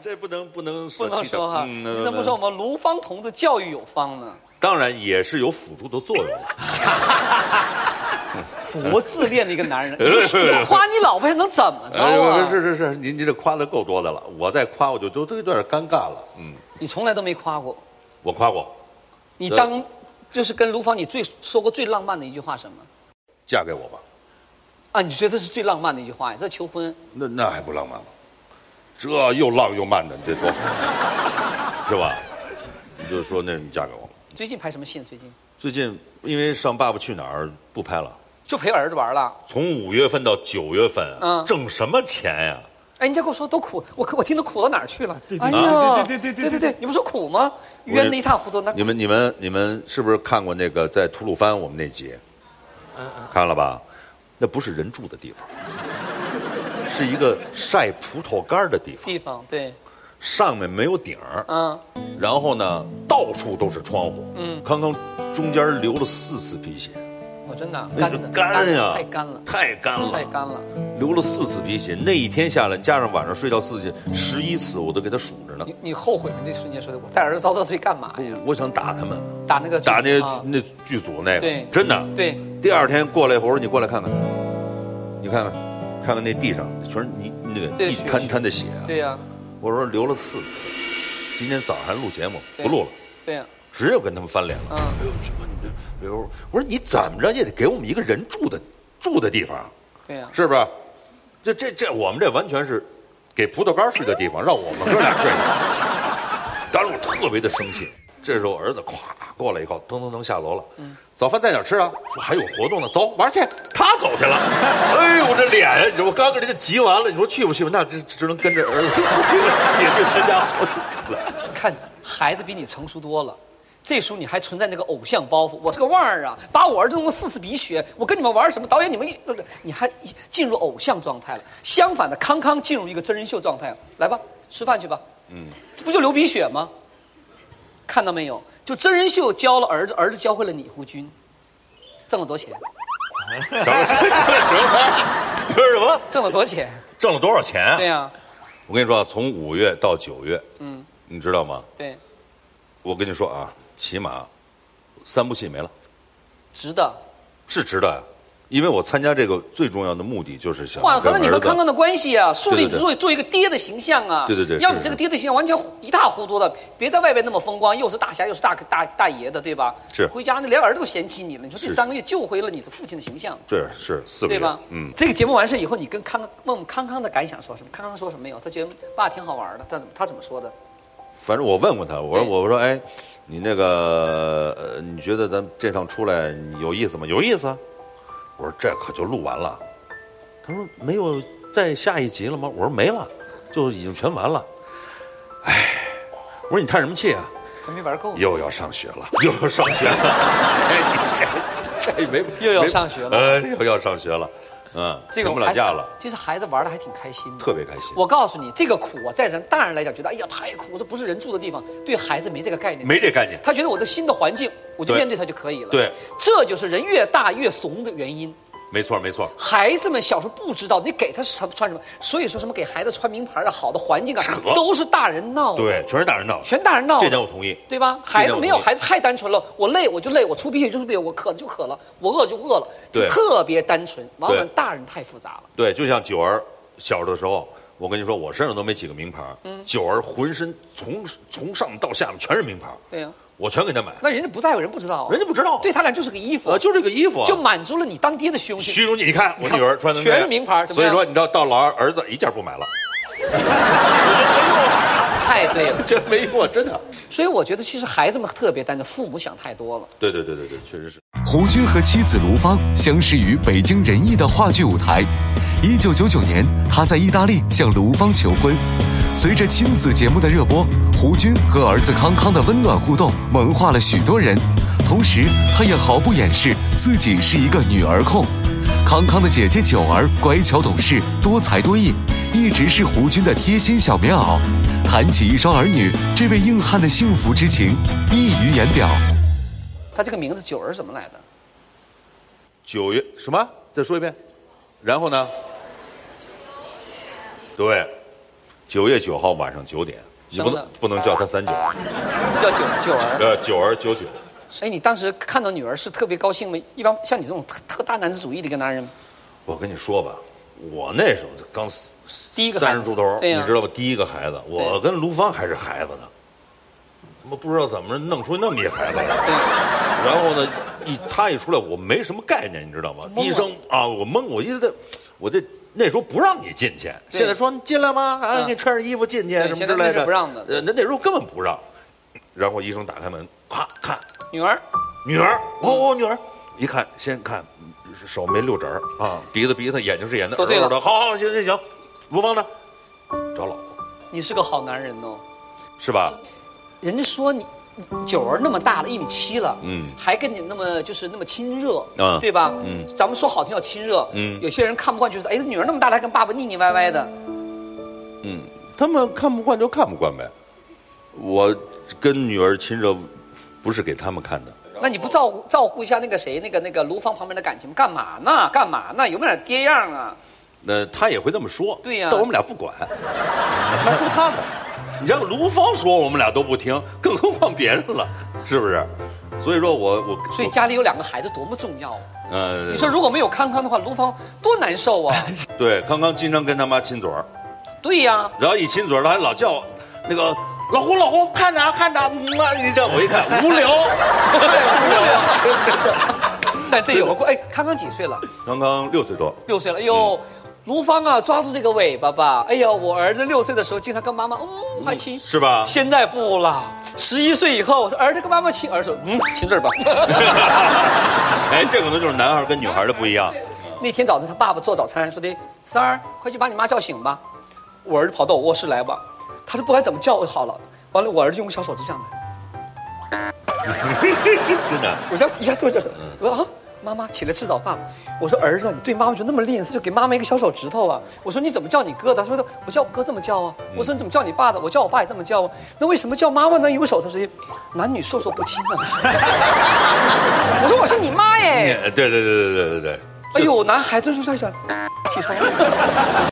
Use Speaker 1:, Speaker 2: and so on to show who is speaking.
Speaker 1: 这不能不能
Speaker 2: 不
Speaker 1: 舍
Speaker 2: 能
Speaker 1: 弃的。
Speaker 2: 说哈，
Speaker 1: 嗯
Speaker 2: 你怎么说我们卢芳同志教育有方呢？
Speaker 1: 当然也是有辅助的作用的。
Speaker 2: 多自恋的一个男 人，你说我夸你老婆还能怎么着
Speaker 1: 哎
Speaker 2: 啊？
Speaker 1: 是是是，您您这夸的够多的了，我再夸我就都都有点尴尬了。嗯，
Speaker 2: 你从来都没夸过，
Speaker 1: 我夸过，
Speaker 2: 你
Speaker 1: 对
Speaker 2: 当就是跟卢芳，你最说过最浪漫的一句话什么？
Speaker 1: 嫁给我吧，
Speaker 2: 啊，你觉得是最浪漫的一句话呀？这求婚，
Speaker 1: 那那还不浪漫吗？这又浪又慢的，你这多好， 是吧？你就说那你嫁给我吧。
Speaker 2: 最近拍什么戏呢？啊最近
Speaker 1: 最近因为上《爸爸去哪儿》不拍了，
Speaker 2: 就陪儿子玩了。
Speaker 1: 从五月份到九月份，
Speaker 2: 嗯
Speaker 1: 挣什么钱呀、
Speaker 2: 哎，你再跟我说都苦，我我听都苦到哪儿去了？哎
Speaker 3: 啊
Speaker 2: 呀，
Speaker 3: 对对对对
Speaker 2: 对
Speaker 3: 对对
Speaker 2: 对，你不说苦吗？冤得一塌糊涂，那
Speaker 1: 你们你们你们是不是看过那个在吐鲁番我们那集？
Speaker 2: 嗯
Speaker 1: 看了吧？那不是人住的地方，是一个晒葡萄干儿的地方，
Speaker 2: 地方对，
Speaker 1: 上面没有顶儿，
Speaker 2: 嗯，
Speaker 1: 然后呢到处都是窗户，嗯，康康中间流了四次鼻血，
Speaker 2: 我真的
Speaker 1: 那
Speaker 2: 干
Speaker 1: 个
Speaker 2: 的
Speaker 1: 干呀，
Speaker 2: 太干了，
Speaker 1: 太干了，
Speaker 2: 太干了。
Speaker 1: 流了四次鼻血，那一天下来，加上晚上睡觉四次，十一次我都给他数着呢。
Speaker 2: 你你后悔吗？那瞬间说的，我带儿子遭到罪干嘛呀？
Speaker 1: 我想打他们，
Speaker 2: 打那个
Speaker 1: 打那嗯
Speaker 2: 啊
Speaker 1: 那剧组那个
Speaker 2: 对，
Speaker 1: 真的。
Speaker 2: 对，
Speaker 1: 第二天过来一会儿，我说你过来看看，你看看，看看那地上全是泥，那个
Speaker 2: 对
Speaker 1: 一
Speaker 2: 血
Speaker 1: 滩
Speaker 2: 血
Speaker 1: 滩的血啊。
Speaker 2: 对呀，
Speaker 1: 我说流了四次，今天早上录节目
Speaker 2: 对
Speaker 1: 不录了，
Speaker 2: 对呀，
Speaker 1: 直接跟他们翻脸
Speaker 2: 嗯，
Speaker 1: 了。哎呦，什么你们这，哎呦，我说你怎么着也得给我们一个人住的住的地方，
Speaker 2: 对呀。
Speaker 1: 是不是？这这这，我们这完全是给葡萄干睡的地方，让我们哥俩睡。当时我特别的生气。这时候儿子咵过来以后，噔噔噔下楼了。早饭在哪儿吃啊？说还有活动呢，走玩去。他走去了。哎呦，我这脸呀！你说我刚跟人家急完了，你说去不去吧？那只只能跟着儿子 也去参加活动去了。
Speaker 2: 看孩子比你成熟多了。这时候你还存在那个偶像包袱，我是个腕儿啊，把我儿子弄得四四鼻血，我跟你们玩什么？导演你们一，你还进入偶像状态了。相反的，康康进入一个真人秀状态了。来吧，吃饭去吧。嗯，这不就流鼻血吗？看到没有？就真人秀教了儿子，儿子教会了你护军，挣了多少钱？
Speaker 1: 行了行了行了， 这是什么？
Speaker 2: 挣了多少钱？
Speaker 1: 挣了多少钱啊
Speaker 2: 对？呀、
Speaker 1: 我跟你说啊，从五月到九月，嗯，你知道吗？
Speaker 2: 对，
Speaker 1: 我跟你说啊，起码三部戏没了，
Speaker 2: 值得。
Speaker 1: 是值得呀、啊因为我参加这个最重要的目的就是想
Speaker 2: 缓和了你和
Speaker 1: 跟儿子
Speaker 2: 康康的关系啊，树立
Speaker 1: 对对对
Speaker 2: 做做一个爹的形象啊。
Speaker 1: 对对对
Speaker 2: 要你
Speaker 1: 是
Speaker 2: 这个爹的形象完全一塌糊涂的，别在外边那么风光，又是大侠又是大大大爷的，对吧？
Speaker 1: 是
Speaker 2: 回家那连儿子都嫌弃你了，你说这
Speaker 1: 是
Speaker 2: 三个月救回了你的父亲的形象，
Speaker 1: 对是四个
Speaker 2: 对
Speaker 1: 月
Speaker 2: 吧？
Speaker 1: 嗯，
Speaker 2: 这个节目完事以后，你跟康康问我们康康的感想说什么？康康说什么没有？他觉得爸挺好玩的，他怎么他怎么说的？
Speaker 1: 反正我问过他，我说
Speaker 2: 对
Speaker 1: 我说哎，你那个呃，你觉得咱这趟出来有意思吗？有意思啊！我说这可就录完了。他说没有再下一集了吗？我说没了，就已经全完了。哎，我说你叹什么气啊？
Speaker 2: 还没玩够呢。
Speaker 1: 又要上学了，又要上 学了，这这这没
Speaker 2: 又要上学了
Speaker 1: 呃，又要上学了，嗯，
Speaker 2: 这
Speaker 1: 请
Speaker 2: 个
Speaker 1: 不了
Speaker 2: 还是
Speaker 1: 假了，。
Speaker 2: 其实孩子玩的还挺开心的，
Speaker 1: 特别开心
Speaker 2: 我告诉你，这个苦啊，在人大人来讲觉得，哎呀太苦，这不是人住的地方，对孩子没这个概念，
Speaker 1: 没这概念
Speaker 2: 他觉得我的新的环境，我就
Speaker 1: 对
Speaker 2: 面对它就可以了。
Speaker 1: 对，
Speaker 2: 这就是人越大越怂的原因。
Speaker 1: 没错没错，
Speaker 2: 孩子们小时候不知道你给他什么穿什么，所以说什么给孩子穿名牌啊、好的环境啊
Speaker 1: 扯，
Speaker 2: 都是大人闹的，
Speaker 1: 对，全是大人闹，
Speaker 2: 全大人闹的。
Speaker 1: 这点我同意，
Speaker 2: 对吧？
Speaker 1: 这
Speaker 2: 孩
Speaker 1: 点
Speaker 2: 子
Speaker 1: 我
Speaker 2: 没有
Speaker 1: 同意
Speaker 2: 孩子太单纯了，我累我就累，我出鼻血就出鼻血，我渴了就渴了，我饿就饿了，就
Speaker 1: 对
Speaker 2: 特别单纯。往往
Speaker 1: 对
Speaker 2: 大人太复杂了。
Speaker 1: 对，就像九儿小的时候，我跟你说，我身上都没几个名牌，
Speaker 2: 嗯
Speaker 1: 九儿浑身从从上到下面全是名牌，
Speaker 2: 对呀、
Speaker 1: 我全给他买，
Speaker 2: 那人家不在乎，人不知道啊，
Speaker 1: 人家不知道，
Speaker 2: 对他俩就是个衣服，
Speaker 1: 呃，就这个衣服啊，
Speaker 2: 就满足了你当爹的虚荣
Speaker 1: 虚
Speaker 2: 心。
Speaker 1: 荣，你看我女儿穿的那样
Speaker 2: 全是名牌怎么
Speaker 1: 所
Speaker 2: 样
Speaker 1: 以说你知道到老二儿子一件不买了，
Speaker 2: 太对了，
Speaker 1: 这没用啊，真的，
Speaker 2: 所以我觉得其实孩子们特别单纯，父母想太多了。
Speaker 1: 对对对对对，确实是。
Speaker 4: 胡军和妻子卢芳相识于北京人艺的话剧舞台。一九九九年，他在意大利向卢芳求婚。随着亲子节目的热播，胡军和儿子康康的温暖互动萌化了许多人，同时他也毫不掩饰自己是一个女儿控。康康的姐姐九儿乖巧懂事、多才多艺，一直是胡军的贴心小棉袄。谈起一双儿女，这位硬汉的幸福之情溢于言表。
Speaker 2: 他这个名字九儿怎么来的？
Speaker 1: 九月什么？再说一遍。然后呢？对，九月九号晚上九点，你不
Speaker 2: 生
Speaker 1: 能
Speaker 2: 的
Speaker 1: 不能叫他三九，
Speaker 2: 叫九九儿。
Speaker 1: 呃，九儿九九，
Speaker 2: 哎，你当时看到女儿是特别高兴吗？一般像你这种特特大男子主义的一个男人，
Speaker 1: 我跟你说吧，我那时候刚
Speaker 2: 第一个孩子哎
Speaker 1: 三十出头，
Speaker 2: 对呀
Speaker 1: 你知道吧？第一个孩子，我
Speaker 2: 对
Speaker 1: 跟卢芳还是孩子呢，他妈不知道怎么弄出那么一孩子来。
Speaker 2: 对，
Speaker 1: 然后呢，一他一出来，我没什么概念，你知道吗？
Speaker 2: 懵了
Speaker 1: 医生啊，我懵，我一直在，我这那时候不让你进去，现在说你进来吗？啊，
Speaker 2: 嗯
Speaker 1: 给你穿上衣服进去
Speaker 2: 对
Speaker 1: 什么
Speaker 2: 现
Speaker 1: 之
Speaker 2: 在
Speaker 1: 类
Speaker 2: 那
Speaker 1: 的，
Speaker 2: 是不让的
Speaker 1: 呃，那那时候根本不让。然后医生打开门，咔看
Speaker 2: 女儿
Speaker 1: 女儿，哦哦，
Speaker 2: 嗯
Speaker 1: 女儿，一看先看手没六指儿啊，鼻子鼻子，眼睛是眼睛，
Speaker 2: 都对了
Speaker 1: 耳朵耳朵好好行行行，卢芳呢？找老婆
Speaker 2: 你是个好男人哦。
Speaker 1: 是吧？
Speaker 2: 人家说你九儿那么大了，一米七了，
Speaker 1: 嗯
Speaker 2: 还跟你那么就是那么亲热，
Speaker 1: 啊
Speaker 2: 对吧？
Speaker 1: 嗯
Speaker 2: 咱们说好听叫亲热，
Speaker 1: 嗯
Speaker 2: 有些人看不惯，就是哎，这女儿那么大了，还跟爸爸腻腻歪歪的，
Speaker 1: 嗯，他们看不惯就看不惯呗。我跟女儿亲热，不是给他们看的。
Speaker 2: 那你不照顾照顾一下那个谁，那个那个卢芳旁边的感情吗？干嘛呢？干嘛呢？有没有点爹样啊？
Speaker 1: 那他也会那么说，
Speaker 2: 对呀
Speaker 1: 但我们俩不管，还说他呢。你像卢芳说，我们俩都不听，更何况别人了，是不是？所以说我我
Speaker 2: 所以家里有两个孩子多么重要啊！
Speaker 1: 我呃
Speaker 2: 你，说如果没有康康的话，卢芳多难受啊！
Speaker 1: 对，刚刚经常跟他妈亲嘴儿，
Speaker 2: 对呀、
Speaker 1: 然后一亲嘴儿，他还老叫我那个老胡老胡，看着啊看着啊，嗯啊你这我一看无聊，
Speaker 2: 但这有个过哎，康康几岁了？
Speaker 1: 刚刚六岁多，
Speaker 2: 六岁了。哎呦，卢芳啊，抓住这个尾巴吧！哎呀，我儿子六岁的时候经常跟妈妈嗯还亲，
Speaker 1: 是吧？
Speaker 2: 现在不了。十一岁以后，我说儿子跟妈妈亲，儿子说嗯亲这儿吧。
Speaker 1: 哎，这可能就是男孩跟女孩的不一样。
Speaker 2: 那天早晨他爸爸做早餐，说的三儿，快去把你妈叫醒吧。我儿子跑到我卧室来吧，他都不管怎么叫好了。完了，我儿子用个小手指这样的，
Speaker 1: 真的，
Speaker 2: 我家一下坐下了，我说啊，妈妈起来吃早饭了。我说儿子，你对妈妈就那么吝啬，就给妈妈一个小手指头啊。我说你怎么叫你哥的？他说的我叫我哥这么叫啊。我说你怎么叫你爸的？我叫我爸也这么叫啊。那为什么叫妈妈呢？有手他说男女授受不亲啊。我说我是你妈耶。
Speaker 1: 对对对对对对对。
Speaker 2: 哎呦，男孩子就在想起床了。